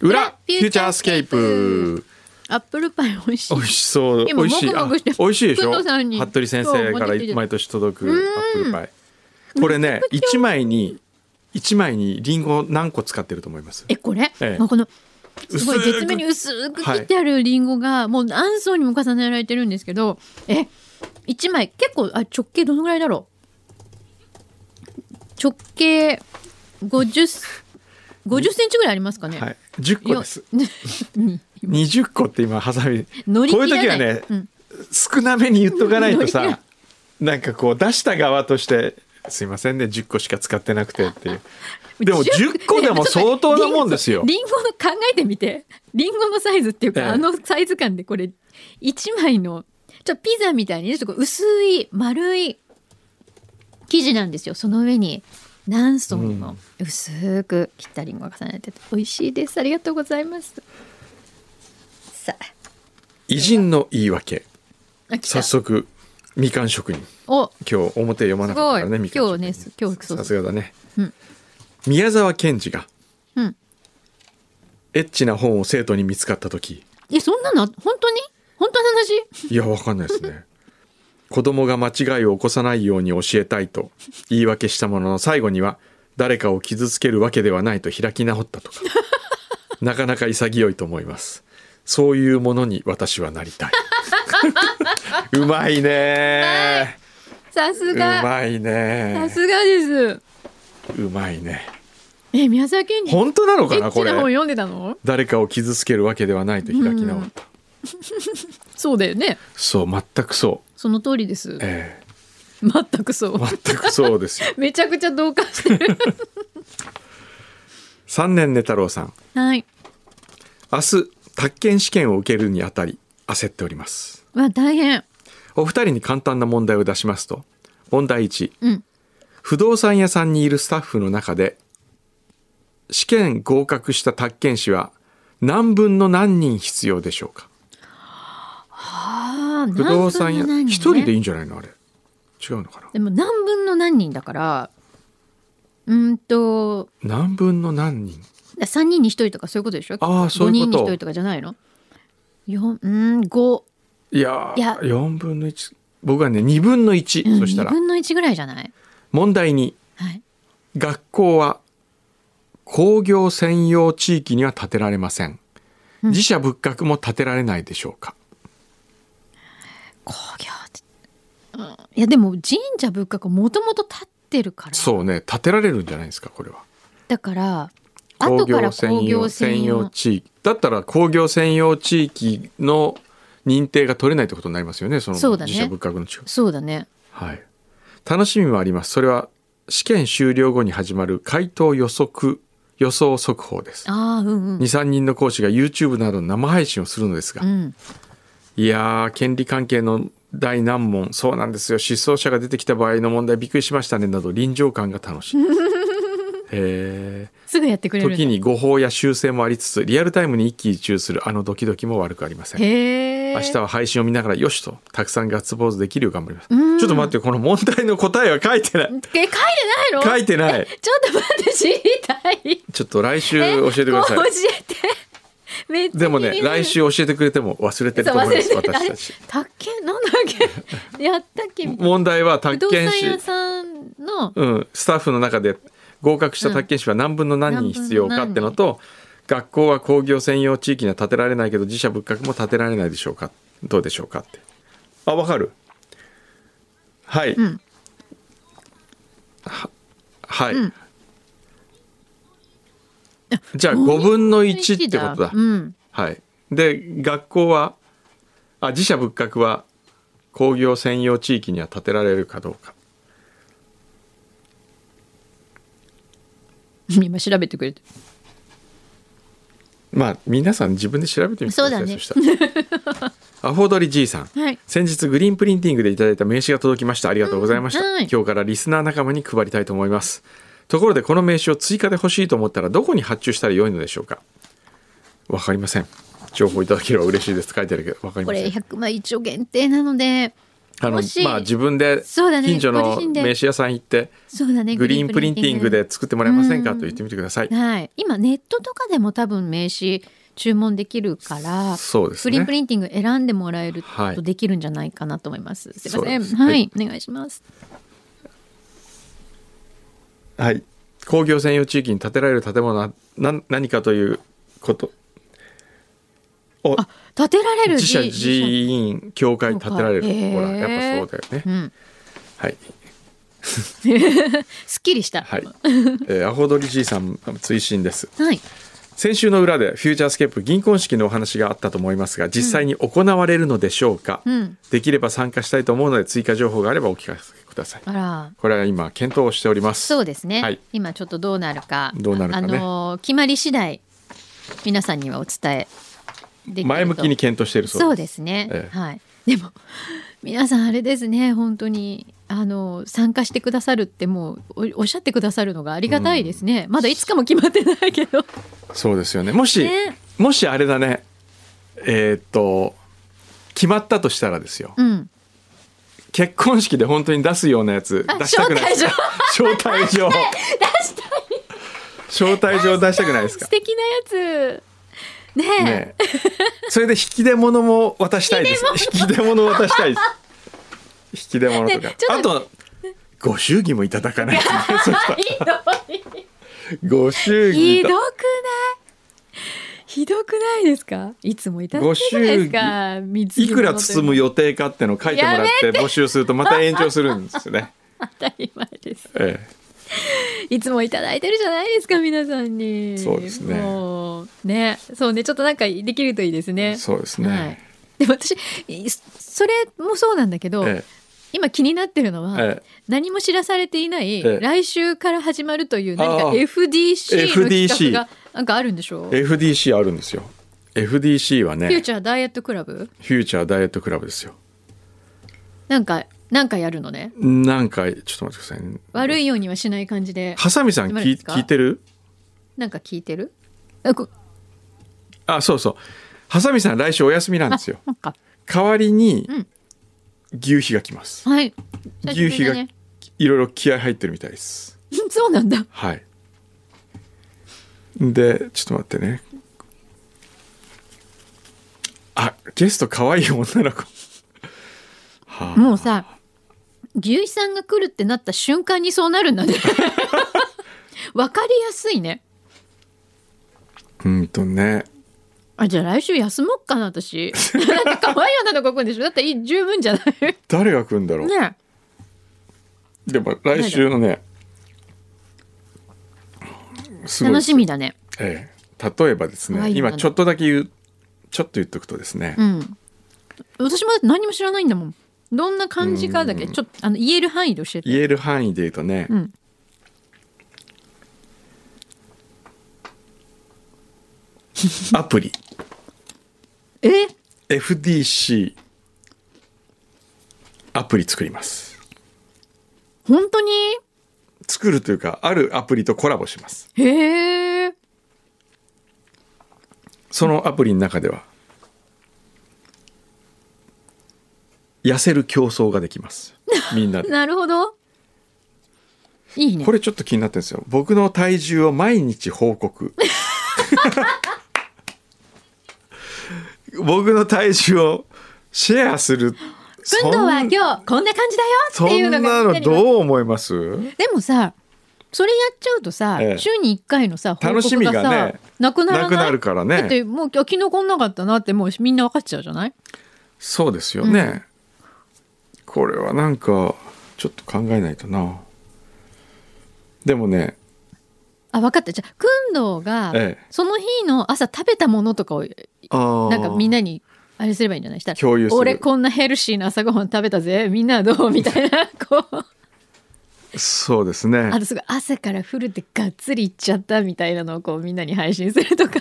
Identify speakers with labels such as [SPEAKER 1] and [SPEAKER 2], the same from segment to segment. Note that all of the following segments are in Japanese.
[SPEAKER 1] ューチャースケープ。
[SPEAKER 2] アップルパイ美味しい
[SPEAKER 1] 美味しそう。美
[SPEAKER 2] 今
[SPEAKER 1] 味しい。
[SPEAKER 2] もぐもぐして
[SPEAKER 1] あ美味しいでしょ。
[SPEAKER 2] 工藤さんに
[SPEAKER 1] 服部先生か
[SPEAKER 2] そう持っ
[SPEAKER 1] ら
[SPEAKER 2] てきて
[SPEAKER 1] 毎年届くアップルパイ。これね、一枚に一枚にリンゴ何個使ってると思います。
[SPEAKER 2] えこれ、
[SPEAKER 1] ええ
[SPEAKER 2] まあこのすごい
[SPEAKER 1] 薄く
[SPEAKER 2] 絶妙に薄く切ってあるリンゴがもう何層にも重ねられてるんですけどえ一枚結構あ直径どのぐらいだろう直径50 50センチぐらいありますかね、
[SPEAKER 1] はい。十個です。二十個って今ハサミ。
[SPEAKER 2] 乗り
[SPEAKER 1] こういう
[SPEAKER 2] 切らない
[SPEAKER 1] 時はね、
[SPEAKER 2] うん
[SPEAKER 1] 少なめに言っとかないと
[SPEAKER 2] 乗り切
[SPEAKER 1] さ、なんかこう出した側として。すいませんね10個しか使ってなくてって いうでも10個でも相当なもんですよ
[SPEAKER 2] リンゴの考えてみてリンゴのサイズっていう
[SPEAKER 1] え
[SPEAKER 2] か、
[SPEAKER 1] え
[SPEAKER 2] あのサイズ感でこれ1枚のちょっとピザみたいにねちょっと薄い丸い生地なんですよその上に何層にも薄く切ったリンゴが重ねてて美味しいですありがとうございますさあ
[SPEAKER 1] 偉人の言い訳
[SPEAKER 2] あ来た
[SPEAKER 1] 早速みかん職人
[SPEAKER 2] お
[SPEAKER 1] 今日表読まなかったからね
[SPEAKER 2] すごい
[SPEAKER 1] みかん職人
[SPEAKER 2] 今日ね今日そう
[SPEAKER 1] さすがだね、
[SPEAKER 2] うん
[SPEAKER 1] 宮沢賢治が
[SPEAKER 2] うん
[SPEAKER 1] エッチな本を生徒に見つかった時
[SPEAKER 2] えそんなの本当に本当の話
[SPEAKER 1] いやわかんないですね 子供が間違いを起こさないように教えたいと言い訳したものの最後には誰かを傷つけるわけではないと開き直った とかなかなか潔いと思いますそういうものに私はなりたい うまいね
[SPEAKER 2] さす
[SPEAKER 1] う
[SPEAKER 2] が
[SPEAKER 1] まい
[SPEAKER 2] さ
[SPEAKER 1] ね
[SPEAKER 2] すがです
[SPEAKER 1] うまいね
[SPEAKER 2] え宮沢賢治
[SPEAKER 1] 本当なのか
[SPEAKER 2] エッ
[SPEAKER 1] なこ
[SPEAKER 2] チな本
[SPEAKER 1] れ
[SPEAKER 2] 読んでたの
[SPEAKER 1] 誰かを傷つけるわけではないと開き直った、
[SPEAKER 2] そうだよね
[SPEAKER 1] そう全くそう
[SPEAKER 2] その通りです
[SPEAKER 1] ええ
[SPEAKER 2] 全くそう
[SPEAKER 1] 全くそうですよ
[SPEAKER 2] めちゃくちゃ同感し てる
[SPEAKER 1] 三年寝太郎さん
[SPEAKER 2] はい
[SPEAKER 1] 明日宅建試験を受けるにあたり焦っております
[SPEAKER 2] わ大変
[SPEAKER 1] お二人に簡単な問題を出しますと問題1
[SPEAKER 2] うん
[SPEAKER 1] 不動産屋さんにいるスタッフの中で試験合格した宅建士は何分の何人必要でしょうか
[SPEAKER 2] ああ
[SPEAKER 1] 不動産屋一人でいい
[SPEAKER 2] い
[SPEAKER 1] んじゃないのあれ違うのかな
[SPEAKER 2] でも何分の何人だからうーんと
[SPEAKER 1] 何分の何人
[SPEAKER 2] 3人に1人とかそういうことでしょ
[SPEAKER 1] あーそういうこと
[SPEAKER 2] 5人に1人とかじゃないの四うん5
[SPEAKER 1] いやー
[SPEAKER 2] いや
[SPEAKER 1] 4分の1僕はね2分の1、
[SPEAKER 2] うん
[SPEAKER 1] そした
[SPEAKER 2] 2
[SPEAKER 1] ら
[SPEAKER 2] 分の1ぐらいじゃない
[SPEAKER 1] 問題に
[SPEAKER 2] はい
[SPEAKER 1] 学校は工業専用地域には建てられません
[SPEAKER 2] うん
[SPEAKER 1] 自社仏閣も建てられないでしょうか、
[SPEAKER 2] 工業って、うん、いやでも神社仏閣もともと立ってるから
[SPEAKER 1] そうね建てられるんじゃないですかこれは
[SPEAKER 2] だから後から工業専用
[SPEAKER 1] 地域だったら工業専用地域の認定が取れないってことになりますよねその
[SPEAKER 2] そうだね
[SPEAKER 1] 自社仏閣の近く
[SPEAKER 2] そうだね
[SPEAKER 1] はい楽しみもありますそれは試験終了後に始まる回答予測予想速報です
[SPEAKER 2] ああうんうん
[SPEAKER 1] 23人の講師が YouTube などの生配信をするのですが、
[SPEAKER 2] うん
[SPEAKER 1] いやー権利関係の第何問そうなんですよ失踪者が出てきた場合の問題びっくりしましたねなど臨場感が楽 しいえ
[SPEAKER 2] すぐやってく
[SPEAKER 1] ー
[SPEAKER 2] れるんだ
[SPEAKER 1] 時に誤報や修正もありつつリアルタイムに一喜一憂するあのドキドキも悪くありません
[SPEAKER 2] へえ
[SPEAKER 1] 明日は配信を見ながらよしとたくさんガッツポーズできるよう頑張りますち
[SPEAKER 2] う
[SPEAKER 1] ょ
[SPEAKER 2] ん
[SPEAKER 1] っと待ってこの問題の答えは書いてない
[SPEAKER 2] え書いてないの
[SPEAKER 1] 書いてない
[SPEAKER 2] ちょっと待って知りたい
[SPEAKER 1] ちょっと来週教えてくださ
[SPEAKER 2] もう
[SPEAKER 1] い
[SPEAKER 2] 教えてめっちゃ
[SPEAKER 1] で も
[SPEAKER 2] 気
[SPEAKER 1] ね
[SPEAKER 2] になる
[SPEAKER 1] 来週教えてくれても忘れてる
[SPEAKER 2] そう
[SPEAKER 1] と思いま
[SPEAKER 2] 忘れ
[SPEAKER 1] す
[SPEAKER 2] てた
[SPEAKER 1] 私たち
[SPEAKER 2] たっけなんだっ けやったっけみたいな
[SPEAKER 1] 問題は
[SPEAKER 2] 不
[SPEAKER 1] 宅
[SPEAKER 2] 動
[SPEAKER 1] 建
[SPEAKER 2] 産
[SPEAKER 1] 士
[SPEAKER 2] 屋さんの
[SPEAKER 1] うん、スタッフの中で合格した宅建士は何分の何人必要かってのと、学校は工業専用地域には建てられないけど自社仏閣も建てられないでしょうかどうでしょうかってあわかるはい、
[SPEAKER 2] ん
[SPEAKER 1] ははい、
[SPEAKER 2] うん
[SPEAKER 1] じゃあ
[SPEAKER 2] 五
[SPEAKER 1] 5分の1ってことだ、
[SPEAKER 2] うん
[SPEAKER 1] はいで学校はあ自社仏閣は工業専用地域には建てられるかどうか
[SPEAKER 2] 今調べてくれて
[SPEAKER 1] まあ皆さん自分で調べてみてください
[SPEAKER 2] そうだね
[SPEAKER 1] そした らアフォドリじいさん
[SPEAKER 2] はい
[SPEAKER 1] 先日グリーンプリンティングでいただいた名刺が届きましたありがとうございました、
[SPEAKER 2] うんはい
[SPEAKER 1] 今日からリスナー仲間に配りたいと思いますところでこの名刺を追加で欲しいと思ったらどこに発注したら良いのでしょうかわかりません情報いただければ嬉しいですって書いてあるけどわかり
[SPEAKER 2] こ
[SPEAKER 1] ませ
[SPEAKER 2] れ
[SPEAKER 1] ん
[SPEAKER 2] 100枚一応限定なので
[SPEAKER 1] あの
[SPEAKER 2] もし
[SPEAKER 1] まあ自分で
[SPEAKER 2] そうだね
[SPEAKER 1] 近所の
[SPEAKER 2] ご自身で
[SPEAKER 1] 名刺屋さん行って
[SPEAKER 2] そうだね
[SPEAKER 1] グリーンプリンティングで作ってもらえませんかと言ってみてください
[SPEAKER 2] はい今ネットとかでも多分名刺注文できるから、
[SPEAKER 1] そうです
[SPEAKER 2] フリー
[SPEAKER 1] ね
[SPEAKER 2] プリンティング選んでもらえる
[SPEAKER 1] はい
[SPEAKER 2] とできるんじゃないかなと思います。すいません、
[SPEAKER 1] そうです
[SPEAKER 2] はい、
[SPEAKER 1] はい
[SPEAKER 2] お願いします。
[SPEAKER 1] はい工業専用地域に建てられる建物は何何かということを
[SPEAKER 2] あ、建てられる
[SPEAKER 1] 自社
[SPEAKER 2] 自社
[SPEAKER 1] 寺院教会建てられる
[SPEAKER 2] 教会
[SPEAKER 1] ほら
[SPEAKER 2] へー
[SPEAKER 1] やっぱそうだよね
[SPEAKER 2] うん、
[SPEAKER 1] はい
[SPEAKER 2] すっきりした。
[SPEAKER 1] はい、えー、アホドリじいさん追伸です
[SPEAKER 2] はい
[SPEAKER 1] 先週の裏でフューチャースケープ銀婚式のお話があったと思いますが実際に行われるのでしょうか、
[SPEAKER 2] うん、
[SPEAKER 1] できれば参加したいと思うので追加情報があればお聞かせください
[SPEAKER 2] あら。
[SPEAKER 1] これは今検討をしております
[SPEAKER 2] そうですね、
[SPEAKER 1] はい
[SPEAKER 2] 今ちょっとどうなるか
[SPEAKER 1] どうなるかね
[SPEAKER 2] あの決まり次第皆さんにはお伝えできると
[SPEAKER 1] 前向きに検討している
[SPEAKER 2] そ
[SPEAKER 1] そうう
[SPEAKER 2] で
[SPEAKER 1] です
[SPEAKER 2] すね、
[SPEAKER 1] ええ
[SPEAKER 2] はいでも 皆さんあれですね本当にあの参加してくださるってもうおおっしゃってくださるのがありがたいですね、まだいつかも決まってないけど
[SPEAKER 1] そうですよねもし、
[SPEAKER 2] ね
[SPEAKER 1] もしあれだねえーっと決まったとしたらですよ、
[SPEAKER 2] うん
[SPEAKER 1] 結婚式で本当に出すようなやつ
[SPEAKER 2] あ
[SPEAKER 1] 出したくないですか招待 状招待状出したくないですか
[SPEAKER 2] 素敵なやつねえ
[SPEAKER 1] ねえそれで引き出物も渡したいです引き出物渡したいです引き出物とか
[SPEAKER 2] ねちょっ
[SPEAKER 1] あとご祝儀もいただかないと ねそうしたら
[SPEAKER 2] ひどい
[SPEAKER 1] ご祝儀
[SPEAKER 2] ひ
[SPEAKER 1] い
[SPEAKER 2] ど
[SPEAKER 1] た
[SPEAKER 2] くないひどくないですかいつもいただけるじゃないですか水着
[SPEAKER 1] いくら包む予定かってのを書いてもらって募集するとまた延長するんですよね、
[SPEAKER 2] 当たり前です
[SPEAKER 1] ええ、
[SPEAKER 2] いつもいただいてるじゃないですか皆さんに
[SPEAKER 1] そうですね
[SPEAKER 2] もうねそうねちょっとなんかできるといいですね
[SPEAKER 1] そうですね、
[SPEAKER 2] はい、でも私いそれもそうなんだけど、
[SPEAKER 1] え
[SPEAKER 2] 今気になってるのは、
[SPEAKER 1] ええ
[SPEAKER 2] 何も知らされていない、
[SPEAKER 1] ええ
[SPEAKER 2] 来週から始まるという何
[SPEAKER 1] あ
[SPEAKER 2] か
[SPEAKER 1] あ
[SPEAKER 2] FDC の企
[SPEAKER 1] FDC
[SPEAKER 2] 画がなんかあるんでしょう、
[SPEAKER 1] え FDC あるんですよ FDC はね
[SPEAKER 2] フューチャーダイエットクラブ
[SPEAKER 1] フューチャーダイエットクラブですよ
[SPEAKER 2] なんかなんかやるのね
[SPEAKER 1] なんかちょっと待ってくださいね
[SPEAKER 2] 悪いようにはしない感じで
[SPEAKER 1] ハサミさん
[SPEAKER 2] 決まるん
[SPEAKER 1] 聞い
[SPEAKER 2] ですか
[SPEAKER 1] 聞いてる
[SPEAKER 2] なんか聞いてるあこ
[SPEAKER 1] あそうそうハサミさん来週お休みなんですよ
[SPEAKER 2] なんか
[SPEAKER 1] 代わりに
[SPEAKER 2] うん
[SPEAKER 1] 牛皮が来ます、
[SPEAKER 2] はい
[SPEAKER 1] 牛皮が
[SPEAKER 2] 久しぶりだね
[SPEAKER 1] いろいろ気合入ってるみたいです
[SPEAKER 2] そうなんだ
[SPEAKER 1] はいでちょっと待ってねあゲスト可愛い女の子はあ
[SPEAKER 2] もうさ牛肥さんが来るってなった瞬間にそうなるんだ ねわかりやすいね
[SPEAKER 1] うんとね
[SPEAKER 2] あじゃあ来週休もうかな私 だって可愛い女の子来るんでしょだっていい十分じ ゃない
[SPEAKER 1] 誰が来るんだろう、
[SPEAKER 2] ね
[SPEAKER 1] でも来週のねすごい
[SPEAKER 2] 楽しみだね
[SPEAKER 1] ええ、例えばです
[SPEAKER 2] 可愛
[SPEAKER 1] ね
[SPEAKER 2] い
[SPEAKER 1] 今
[SPEAKER 2] 女の子
[SPEAKER 1] ちょっとだけ言うちょっと言っとくとですね、
[SPEAKER 2] うん私もだって何も知らないんだもんどんな感じかだけちょっとあの言える範囲で教えて
[SPEAKER 1] 言える範囲で言うとね、
[SPEAKER 2] うん
[SPEAKER 1] アプリ
[SPEAKER 2] え
[SPEAKER 1] FDC アプリ作ります
[SPEAKER 2] 本当に
[SPEAKER 1] 作るというかあるアプリとコラボします
[SPEAKER 2] へえ
[SPEAKER 1] そのアプリの中では痩せる競争ができ ますみんなで
[SPEAKER 2] なるほどいいね
[SPEAKER 1] これちょっと気になってるんですよ僕の体重を毎日報 告僕の体重をシェアする
[SPEAKER 2] 今度は今日こんな感じだよっていう
[SPEAKER 1] そ
[SPEAKER 2] のが
[SPEAKER 1] ん
[SPEAKER 2] み
[SPEAKER 1] なんの
[SPEAKER 2] なに
[SPEAKER 1] どう思います
[SPEAKER 2] でもさそれやっちゃうとさ、
[SPEAKER 1] ええ
[SPEAKER 2] 週に1回のさ報告
[SPEAKER 1] 楽しみ
[SPEAKER 2] がさ
[SPEAKER 1] がね
[SPEAKER 2] なくならない
[SPEAKER 1] なくなるからね
[SPEAKER 2] だってもう今日昨日こんなかったなってもうみんな分かっちゃうじゃない
[SPEAKER 1] そうですよね、これはなんかちょっと考えないとなでもね
[SPEAKER 2] あ分かったじゃあくんどうが
[SPEAKER 1] ええ
[SPEAKER 2] その日の朝食べたものとかを
[SPEAKER 1] あ
[SPEAKER 2] なんかみん
[SPEAKER 1] な
[SPEAKER 2] なにあれすればいいんじゃないしたら
[SPEAKER 1] 共有する
[SPEAKER 2] 俺こんなヘルシーな朝ごはん食べたぜみんなはどう?」みた いなこう
[SPEAKER 1] そうですね
[SPEAKER 2] あとすごい朝からフルでがっつりいっちゃったみたいなのをこうみんなに配信する とか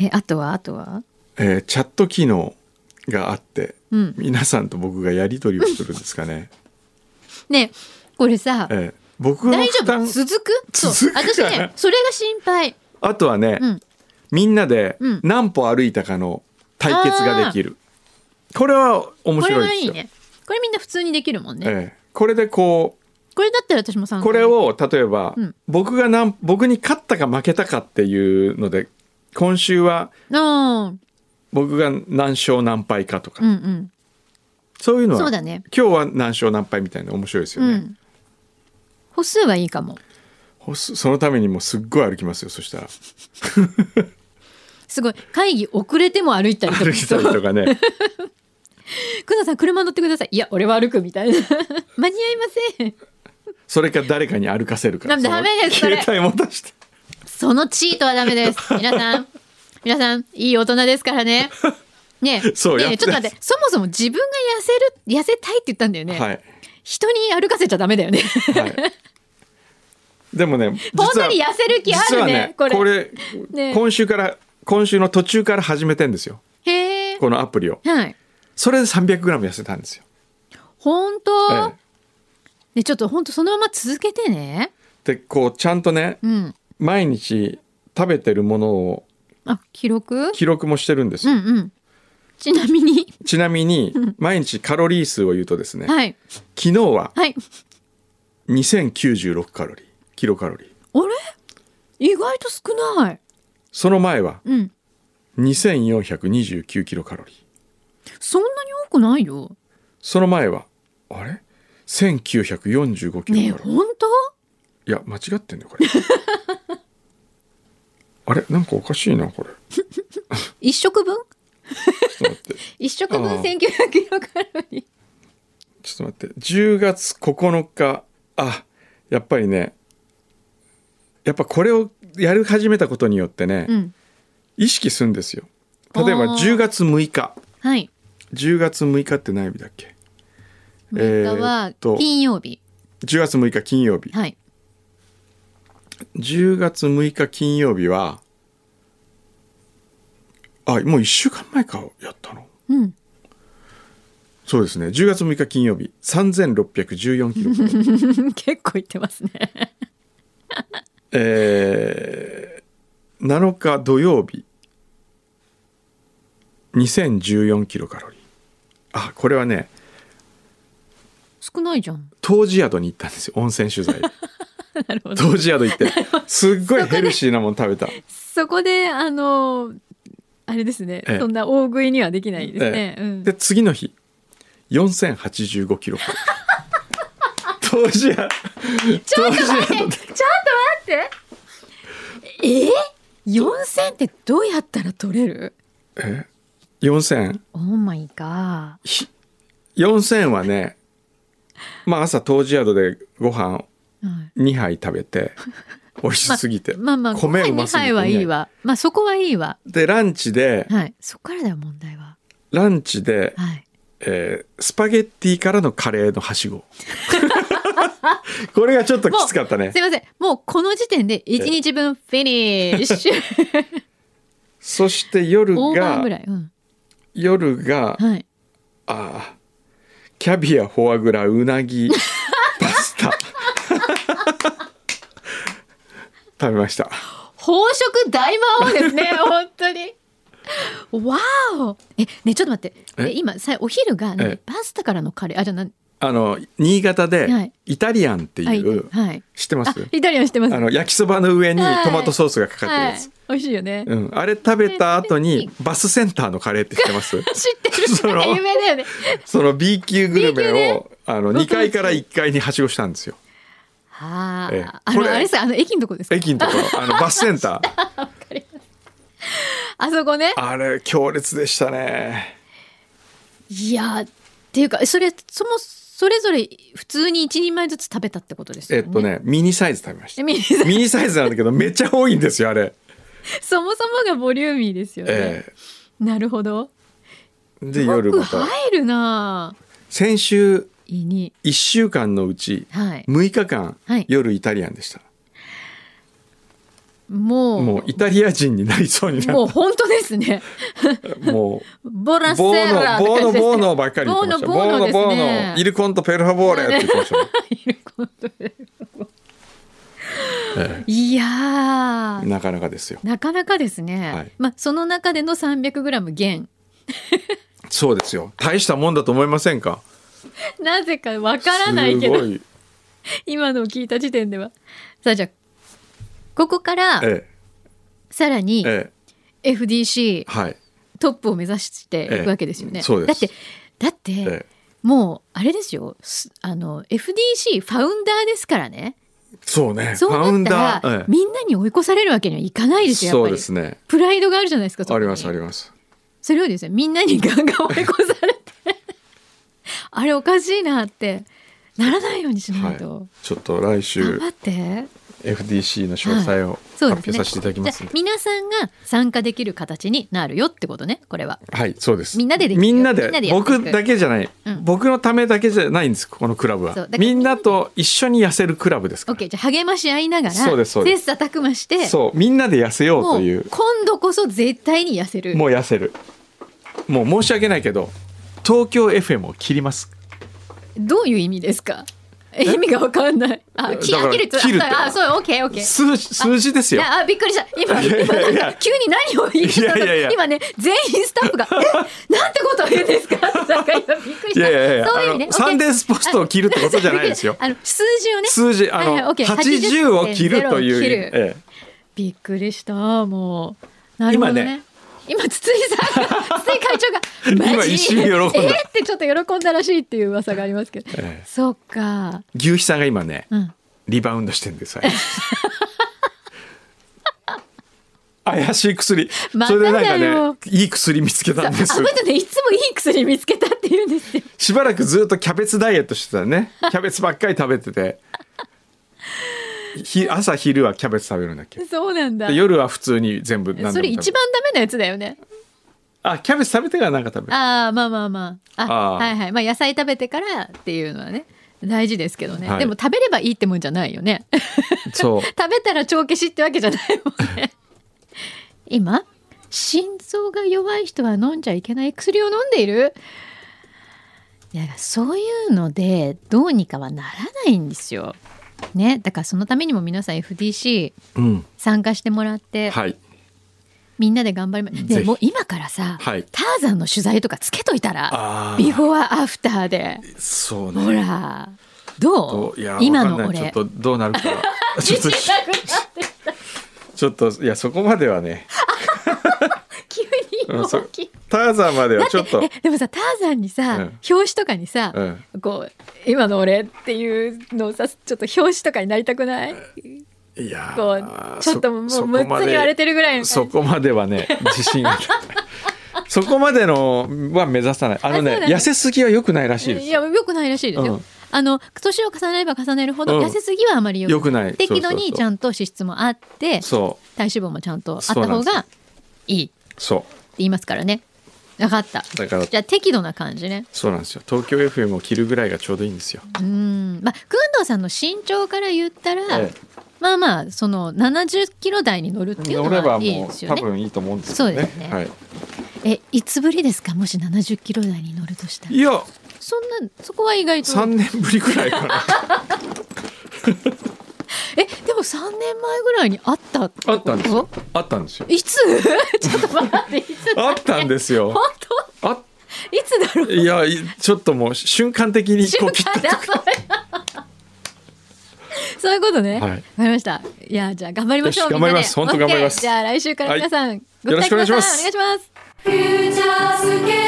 [SPEAKER 2] えあとはあとは
[SPEAKER 1] えーチャット機能があって、
[SPEAKER 2] うん
[SPEAKER 1] 皆さんと僕がやり取りをするんですか ね、
[SPEAKER 2] ねえこれさ、
[SPEAKER 1] えー僕の
[SPEAKER 2] 大丈
[SPEAKER 1] 負担
[SPEAKER 2] 夫続くそう
[SPEAKER 1] 続くかな
[SPEAKER 2] 私ねそれが心配
[SPEAKER 1] あとはね、
[SPEAKER 2] うん
[SPEAKER 1] みんなで
[SPEAKER 2] うん
[SPEAKER 1] 何歩歩いたかの対決ができる、 これは面
[SPEAKER 2] これ
[SPEAKER 1] 白
[SPEAKER 2] は
[SPEAKER 1] で
[SPEAKER 2] い
[SPEAKER 1] す
[SPEAKER 2] い
[SPEAKER 1] よ
[SPEAKER 2] ねこれみんな普通にできるもんね、
[SPEAKER 1] ええこれでこう
[SPEAKER 2] これだったら私も参考
[SPEAKER 1] これを例えば、
[SPEAKER 2] うん
[SPEAKER 1] 僕がなん僕に勝ったか負けたかっていうので今週は
[SPEAKER 2] あー
[SPEAKER 1] 僕が何勝何敗かとか、
[SPEAKER 2] うんうん
[SPEAKER 1] そういうのは
[SPEAKER 2] そうだね
[SPEAKER 1] 今日は何勝何敗みたいなの面白いですよ
[SPEAKER 2] う
[SPEAKER 1] ね、
[SPEAKER 2] ん歩数はいいかも
[SPEAKER 1] ほすそのためにもうすっごい歩きますよそしたら
[SPEAKER 2] すごい会議遅れても歩いたりと
[SPEAKER 1] 歩
[SPEAKER 2] か
[SPEAKER 1] きたりとか ね
[SPEAKER 2] 久野さん車乗ってくださいいや俺は歩くみたいな 間に合いません
[SPEAKER 1] それか誰かに歩かせるから
[SPEAKER 2] ダメ
[SPEAKER 1] の
[SPEAKER 2] ですそれ
[SPEAKER 1] 携帯持たして
[SPEAKER 2] そのチートはダメです 皆さん皆さんいい大人ですからねね え
[SPEAKER 1] そう
[SPEAKER 2] ね
[SPEAKER 1] や
[SPEAKER 2] え
[SPEAKER 1] って
[SPEAKER 2] ちょっと待ってそもそも自分が痩せる痩せたいって言ったんだよね、
[SPEAKER 1] はい、
[SPEAKER 2] 人に歩かせちゃダメだよね
[SPEAKER 1] はい、でもね
[SPEAKER 2] 本当に痩せる気あ
[SPEAKER 1] 実
[SPEAKER 2] る
[SPEAKER 1] は
[SPEAKER 2] ね
[SPEAKER 1] ね
[SPEAKER 2] これ
[SPEAKER 1] これ
[SPEAKER 2] ね
[SPEAKER 1] 今週から今週の途中から始めてんですよ
[SPEAKER 2] へえ
[SPEAKER 1] このアプリを
[SPEAKER 2] はい
[SPEAKER 1] それで 300g 痩せたんですよ、
[SPEAKER 2] 本
[SPEAKER 1] え
[SPEAKER 2] 当、ねちょっと本当そのまま続けてね
[SPEAKER 1] えでこうちゃんとね
[SPEAKER 2] うん
[SPEAKER 1] 毎日食べてるものを
[SPEAKER 2] あ記録
[SPEAKER 1] 記録もしてるんです
[SPEAKER 2] う
[SPEAKER 1] よ、
[SPEAKER 2] んうんちなみに
[SPEAKER 1] ちなみに毎日カロリー数を言うとですね、
[SPEAKER 2] はい
[SPEAKER 1] 昨日は
[SPEAKER 2] はい
[SPEAKER 1] 2096カロリーキロカロリー
[SPEAKER 2] あれ意外と少ない
[SPEAKER 1] その前は
[SPEAKER 2] うん
[SPEAKER 1] 2429キロカロリー
[SPEAKER 2] そんなに多くないよ
[SPEAKER 1] その前はあれ1945キロカロリ
[SPEAKER 2] ねえ
[SPEAKER 1] ー、
[SPEAKER 2] 本当
[SPEAKER 1] いや間違ってんねこれ あれなんかおかしいなこれ
[SPEAKER 2] 一食分
[SPEAKER 1] ちょっと待って
[SPEAKER 2] 一食
[SPEAKER 1] あ
[SPEAKER 2] 分
[SPEAKER 1] あ
[SPEAKER 2] 1900キロカロリー
[SPEAKER 1] ちょっと待って10月9日あやっぱりねやっぱこれをやる始めたことによってね、
[SPEAKER 2] うん
[SPEAKER 1] 意識するんですよ例えば
[SPEAKER 2] あー
[SPEAKER 1] 10月6日
[SPEAKER 2] はい
[SPEAKER 1] 10月6日って何曜日だっけえ
[SPEAKER 2] 6
[SPEAKER 1] ー
[SPEAKER 2] 日は
[SPEAKER 1] っと
[SPEAKER 2] 金曜日、
[SPEAKER 1] 10月6日金曜日
[SPEAKER 2] はい
[SPEAKER 1] 10月6日金曜日はあもう1週間前かやったの
[SPEAKER 2] うん
[SPEAKER 1] そうですね10月6日金曜日3614キロ
[SPEAKER 2] 結構いってますね
[SPEAKER 1] えー、7日土曜日2014キロカロリーあこれはね
[SPEAKER 2] 少ないじゃん
[SPEAKER 1] 湯治宿に行ったんですよ温泉取材で
[SPEAKER 2] なるほど
[SPEAKER 1] 湯治宿行ってすっごいヘルシーなもの食べた
[SPEAKER 2] そこであのーあれですね、
[SPEAKER 1] ええ
[SPEAKER 2] そんな大食いにはできないですね、
[SPEAKER 1] ええ
[SPEAKER 2] うん
[SPEAKER 1] で次の日4085キロ カロリー湯治宿
[SPEAKER 2] ちょっと待ってちょっと待ってえ4000ってどうやったら取れる
[SPEAKER 1] え4000
[SPEAKER 2] オーマイガ
[SPEAKER 1] ひ4000はねまあ朝湯治宿でご飯
[SPEAKER 2] ー、はい
[SPEAKER 1] 2杯食べ て美味しすぎて、
[SPEAKER 2] まあまあ
[SPEAKER 1] 米
[SPEAKER 2] ご
[SPEAKER 1] う
[SPEAKER 2] 飯
[SPEAKER 1] ます
[SPEAKER 2] 2
[SPEAKER 1] ぎて
[SPEAKER 2] 杯はいいわまあそこはいいわ
[SPEAKER 1] でランチで
[SPEAKER 2] はいそこからだよ問題は
[SPEAKER 1] ランチで、
[SPEAKER 2] はい
[SPEAKER 1] えースパゲッティからのカレーのはしご これがちょっときつかったね
[SPEAKER 2] すいませんもうこの時点で1日分フィニッシュ
[SPEAKER 1] そして夜
[SPEAKER 2] オーバー
[SPEAKER 1] が
[SPEAKER 2] ぐらい、うん、
[SPEAKER 1] 夜が
[SPEAKER 2] はい
[SPEAKER 1] あーキャビアフォアグラうな ぎパスタ食べました
[SPEAKER 2] 宝飾大魔王で すね本当にわおえねちょっと待って
[SPEAKER 1] え
[SPEAKER 2] え今さお昼が
[SPEAKER 1] え
[SPEAKER 2] 何パスタからのカレーあじゃあなん
[SPEAKER 1] あの新潟
[SPEAKER 2] は
[SPEAKER 1] で
[SPEAKER 2] い
[SPEAKER 1] イタリアンってい、
[SPEAKER 2] はいうはい
[SPEAKER 1] 知ってま
[SPEAKER 2] あ
[SPEAKER 1] す
[SPEAKER 2] イタリアンしてます
[SPEAKER 1] あの焼きそばの上に
[SPEAKER 2] はい
[SPEAKER 1] トマトソースがかかってる
[SPEAKER 2] は
[SPEAKER 1] や
[SPEAKER 2] い
[SPEAKER 1] つ、
[SPEAKER 2] 美味しいよね、
[SPEAKER 1] うん、あれ食べた後にバスセンターのカレーって知ってます
[SPEAKER 2] 知ってる
[SPEAKER 1] その
[SPEAKER 2] 有名 だよね
[SPEAKER 1] その B 級グルメを、
[SPEAKER 2] B 級ね
[SPEAKER 1] あの
[SPEAKER 2] ご存知
[SPEAKER 1] 2階から1階にはしごしたんですよ
[SPEAKER 2] はあ、
[SPEAKER 1] ええ
[SPEAKER 2] あ
[SPEAKER 1] これ
[SPEAKER 2] のあれさあの駅のとこですか
[SPEAKER 1] 駅のところあのバスセンター
[SPEAKER 2] あそこね
[SPEAKER 1] あれ強烈でしたね
[SPEAKER 2] いやっていうかそれそもそれぞれ普通に一人前ずつ食べたってことです
[SPEAKER 1] え
[SPEAKER 2] よね。
[SPEAKER 1] っとねミニサイズ食べました
[SPEAKER 2] ミ ニさ ん
[SPEAKER 1] ミニサイズなんだけどめっちゃ多いんですよあれ、
[SPEAKER 2] そもそもがボリューミーですよね。
[SPEAKER 1] え
[SPEAKER 2] なるほど。
[SPEAKER 1] えで夜
[SPEAKER 2] よく
[SPEAKER 1] また
[SPEAKER 2] 入るなあ。
[SPEAKER 1] 先週
[SPEAKER 2] 胃に
[SPEAKER 1] 1週間のうち
[SPEAKER 2] はい。
[SPEAKER 1] 6日間、
[SPEAKER 2] はい
[SPEAKER 1] 夜イタリアンでした
[SPEAKER 2] もう
[SPEAKER 1] もうイタリア人になりそうにな
[SPEAKER 2] も
[SPEAKER 1] っ
[SPEAKER 2] う本当ですね。
[SPEAKER 1] たもう
[SPEAKER 2] ボラセ
[SPEAKER 1] ボー
[SPEAKER 2] ー
[SPEAKER 1] ノ
[SPEAKER 2] ラって
[SPEAKER 1] ボーノ
[SPEAKER 2] 感じですね
[SPEAKER 1] ボーノばっかり言ってました
[SPEAKER 2] ボーノボーノ
[SPEAKER 1] ボーノ
[SPEAKER 2] です
[SPEAKER 1] ボー
[SPEAKER 2] ね
[SPEAKER 1] ノイルコントペルハボーレって言ってましたね
[SPEAKER 2] いることで
[SPEAKER 1] え
[SPEAKER 2] いや
[SPEAKER 1] え
[SPEAKER 2] ー
[SPEAKER 1] なかなかですよ
[SPEAKER 2] なかなかですね。
[SPEAKER 1] はい
[SPEAKER 2] まあその中での 300g 減。
[SPEAKER 1] そうですよ大したもんだと思いませんか
[SPEAKER 2] なぜかわからないけど
[SPEAKER 1] すごい
[SPEAKER 2] 今のを聞いた時点ではさあじゃあここから
[SPEAKER 1] え
[SPEAKER 2] さら
[SPEAKER 1] え
[SPEAKER 2] に
[SPEAKER 1] え
[SPEAKER 2] FDC
[SPEAKER 1] えはい
[SPEAKER 2] トップを目指していくわけですよね、
[SPEAKER 1] ええそうです
[SPEAKER 2] だってだって、
[SPEAKER 1] ええ
[SPEAKER 2] もうあれですよすあの FDC ファウンダーですからね
[SPEAKER 1] そうね
[SPEAKER 2] そ
[SPEAKER 1] ファ
[SPEAKER 2] う
[SPEAKER 1] ウン
[SPEAKER 2] なったら
[SPEAKER 1] ダ、ー、え
[SPEAKER 2] みんなに追い越されるわけにはいかない
[SPEAKER 1] え
[SPEAKER 2] ですよやっ
[SPEAKER 1] そ
[SPEAKER 2] ぱ
[SPEAKER 1] う
[SPEAKER 2] り
[SPEAKER 1] ですね
[SPEAKER 2] プライドがあるじゃないですかそこ
[SPEAKER 1] あ
[SPEAKER 2] に
[SPEAKER 1] りますあります
[SPEAKER 2] それをですねみんなにガンガン追い越さ れてあれおかしいなってならないようにしな
[SPEAKER 1] はい
[SPEAKER 2] と、
[SPEAKER 1] いちょっと来
[SPEAKER 2] 頑
[SPEAKER 1] 週
[SPEAKER 2] 張って
[SPEAKER 1] FDC の詳細を発
[SPEAKER 2] そうで
[SPEAKER 1] 表
[SPEAKER 2] す
[SPEAKER 1] さ
[SPEAKER 2] ね
[SPEAKER 1] せていただきますんで
[SPEAKER 2] じゃあ皆さんが参加できる形になるよってことねこれは
[SPEAKER 1] はい、そうです。
[SPEAKER 2] みんなでできる
[SPEAKER 1] みんな
[SPEAKER 2] み
[SPEAKER 1] で
[SPEAKER 2] んなでやっていく
[SPEAKER 1] 僕だけじゃない、
[SPEAKER 2] うん
[SPEAKER 1] 僕のためだけじゃないんです。このクラブ
[SPEAKER 2] そう
[SPEAKER 1] は
[SPEAKER 2] だ。から
[SPEAKER 1] みんなと一緒に痩せるクラブですから。
[SPEAKER 2] OK じゃあ励まし合いながら
[SPEAKER 1] そうですそうです
[SPEAKER 2] 切磋琢磨して
[SPEAKER 1] そう、みんなで痩せよう
[SPEAKER 2] も
[SPEAKER 1] と
[SPEAKER 2] う
[SPEAKER 1] いう。
[SPEAKER 2] 今度こそ絶対に痩せる
[SPEAKER 1] もう痩せる。もう申し訳ないけど、東京 FM を切ります。
[SPEAKER 2] どういう意味ですかえ意味がわかんないあ
[SPEAKER 1] だ
[SPEAKER 2] 切
[SPEAKER 1] から
[SPEAKER 2] 切るって
[SPEAKER 1] 切るって
[SPEAKER 2] あそう OKOK
[SPEAKER 1] 数数字ですよ。
[SPEAKER 2] あびっくりした今
[SPEAKER 1] いやいやいや
[SPEAKER 2] 今なんか急に何を言い
[SPEAKER 1] いやいやいや
[SPEAKER 2] 今ね全員スタッフ が「えなんてことを言うんですか?」ってなんか今びっくりし
[SPEAKER 1] い
[SPEAKER 2] た
[SPEAKER 1] やいやいや
[SPEAKER 2] そういう意味
[SPEAKER 1] あ
[SPEAKER 2] ね
[SPEAKER 1] のサンデースポストを切るってことじゃないですよ
[SPEAKER 2] あの数字をね
[SPEAKER 1] 数字あの、
[SPEAKER 2] はいはい OK
[SPEAKER 1] 80を切るという。
[SPEAKER 2] 切る
[SPEAKER 1] え
[SPEAKER 2] びっくりしたもうなるほどね今筒井さん が筒井会長が「マジ
[SPEAKER 1] 今一瞬喜んだ
[SPEAKER 2] えーってちょっと喜んだらしいっていう噂がありますけど、
[SPEAKER 1] ええ
[SPEAKER 2] そっか
[SPEAKER 1] え牛肥さんが今ね、
[SPEAKER 2] うん
[SPEAKER 1] リバウンドしてるんです。あいつ怪しい薬、
[SPEAKER 2] ま
[SPEAKER 1] そ
[SPEAKER 2] た
[SPEAKER 1] れでなん
[SPEAKER 2] だよ
[SPEAKER 1] かねいい薬見つけたんです
[SPEAKER 2] あの人ねいつもいい薬見つけたって言うんですよ
[SPEAKER 1] しばらくずっとキャベツダイエットしてたねキャベツばっかり食べててひ朝昼はキャベツ食べるんだっけ
[SPEAKER 2] そうなんだ
[SPEAKER 1] で夜は普通に全部何
[SPEAKER 2] そ
[SPEAKER 1] で
[SPEAKER 2] れ
[SPEAKER 1] も食べ
[SPEAKER 2] 一番ダメなやつだよね
[SPEAKER 1] あキャベツ食べてからなんか食べる
[SPEAKER 2] ああまあまあまああ
[SPEAKER 1] ああ
[SPEAKER 2] はいはいまあ野菜食べてからっていうのはね大事ですけどね、
[SPEAKER 1] はい
[SPEAKER 2] でも食べればいいってもんじゃないよね
[SPEAKER 1] そう
[SPEAKER 2] 食べたら帳消しってわけじゃないもんね今心臓が弱い人は飲んじゃいけない薬を飲んでいるいやそういうのでどうにかはならないんですよねだからそのためにも皆さん FDC
[SPEAKER 1] うん
[SPEAKER 2] 参加してもらって、
[SPEAKER 1] はい
[SPEAKER 2] みんなで頑張りま
[SPEAKER 1] ぜ
[SPEAKER 2] で
[SPEAKER 1] ひ
[SPEAKER 2] もう今からさ、
[SPEAKER 1] はい
[SPEAKER 2] ターザンの取材とかつけといたら
[SPEAKER 1] あー
[SPEAKER 2] ビフォーアフターで
[SPEAKER 1] そう
[SPEAKER 2] ほ
[SPEAKER 1] ね
[SPEAKER 2] らど
[SPEAKER 1] と
[SPEAKER 2] う
[SPEAKER 1] いや
[SPEAKER 2] 今
[SPEAKER 1] 今
[SPEAKER 2] の
[SPEAKER 1] のちょ
[SPEAKER 2] 俺
[SPEAKER 1] っとどうなる かちょっとちょっといやそこまではね
[SPEAKER 2] 急に
[SPEAKER 1] うんそ
[SPEAKER 2] 大きい。
[SPEAKER 1] ターザンまで
[SPEAKER 2] だ
[SPEAKER 1] は
[SPEAKER 2] っ
[SPEAKER 1] ちょってと
[SPEAKER 2] えでもさターザンにさ、
[SPEAKER 1] うん
[SPEAKER 2] 表紙とかにさ、
[SPEAKER 1] う
[SPEAKER 2] こう今の俺っていうのをさちょっと表紙とかになりたくない
[SPEAKER 1] いや
[SPEAKER 2] こ
[SPEAKER 1] ー
[SPEAKER 2] うちょっともう
[SPEAKER 1] そそこ
[SPEAKER 2] 6
[SPEAKER 1] ま
[SPEAKER 2] つ
[SPEAKER 1] で
[SPEAKER 2] に割れてるぐらいの感じ
[SPEAKER 1] そこまでは ね自信がないそこまでのは目指さないあの
[SPEAKER 2] あ
[SPEAKER 1] ね
[SPEAKER 2] そうなんだ
[SPEAKER 1] 痩せすぎは良くないらしいです
[SPEAKER 2] や良くないらしいですよ、
[SPEAKER 1] うん
[SPEAKER 2] あの年を重ねれば重ねるほど、
[SPEAKER 1] うん
[SPEAKER 2] 痩せすぎはあまり良
[SPEAKER 1] 良
[SPEAKER 2] く
[SPEAKER 1] く
[SPEAKER 2] ない
[SPEAKER 1] ない
[SPEAKER 2] 適度
[SPEAKER 1] そうそう
[SPEAKER 2] に
[SPEAKER 1] そう
[SPEAKER 2] ちゃんと脂質もあって
[SPEAKER 1] そ
[SPEAKER 2] 体脂肪もちゃんとあった
[SPEAKER 1] そうなん
[SPEAKER 2] 方
[SPEAKER 1] です
[SPEAKER 2] がいいって
[SPEAKER 1] うそう
[SPEAKER 2] 言いますからね分かった
[SPEAKER 1] だから
[SPEAKER 2] じゃあ適度な感じね
[SPEAKER 1] そうなんですよ東京 FM を切るぐらいがちょうどいいんですよ
[SPEAKER 2] うんまあ工藤さんの身長から言ったら、
[SPEAKER 1] え
[SPEAKER 2] まあまあその70キロ台に乗るっていう
[SPEAKER 1] 乗
[SPEAKER 2] の
[SPEAKER 1] れば
[SPEAKER 2] はいい
[SPEAKER 1] もう
[SPEAKER 2] です
[SPEAKER 1] 多
[SPEAKER 2] よね
[SPEAKER 1] 分いいと思うんですよ
[SPEAKER 2] そう
[SPEAKER 1] ね
[SPEAKER 2] ですね
[SPEAKER 1] はい、
[SPEAKER 2] えいつぶりですかもし70キロ台に乗るとしたら
[SPEAKER 1] いや
[SPEAKER 2] そんなそこは意外と
[SPEAKER 1] 3年ぶりぐらいかな
[SPEAKER 2] えでも3年前ぐらいにあった あ
[SPEAKER 1] あったんですよあったんですよ
[SPEAKER 2] いつ ちょっと待っていつ
[SPEAKER 1] あったんですよ
[SPEAKER 2] 本
[SPEAKER 1] あ
[SPEAKER 2] 当いつだろう
[SPEAKER 1] いやいちょっともう瞬間的にこう切っ
[SPEAKER 2] だ
[SPEAKER 1] た
[SPEAKER 2] そういうことね。
[SPEAKER 1] は
[SPEAKER 2] わ、
[SPEAKER 1] い
[SPEAKER 2] かりました。いやじゃあ頑張りましょ
[SPEAKER 1] よ
[SPEAKER 2] う。
[SPEAKER 1] し頑張ります
[SPEAKER 2] みんなで
[SPEAKER 1] 本当頑張ります
[SPEAKER 2] OK じゃあ来週から皆さん、ご期待
[SPEAKER 1] よろしくお願いします
[SPEAKER 2] くださお願いします。
[SPEAKER 3] 「フューチャースケープ」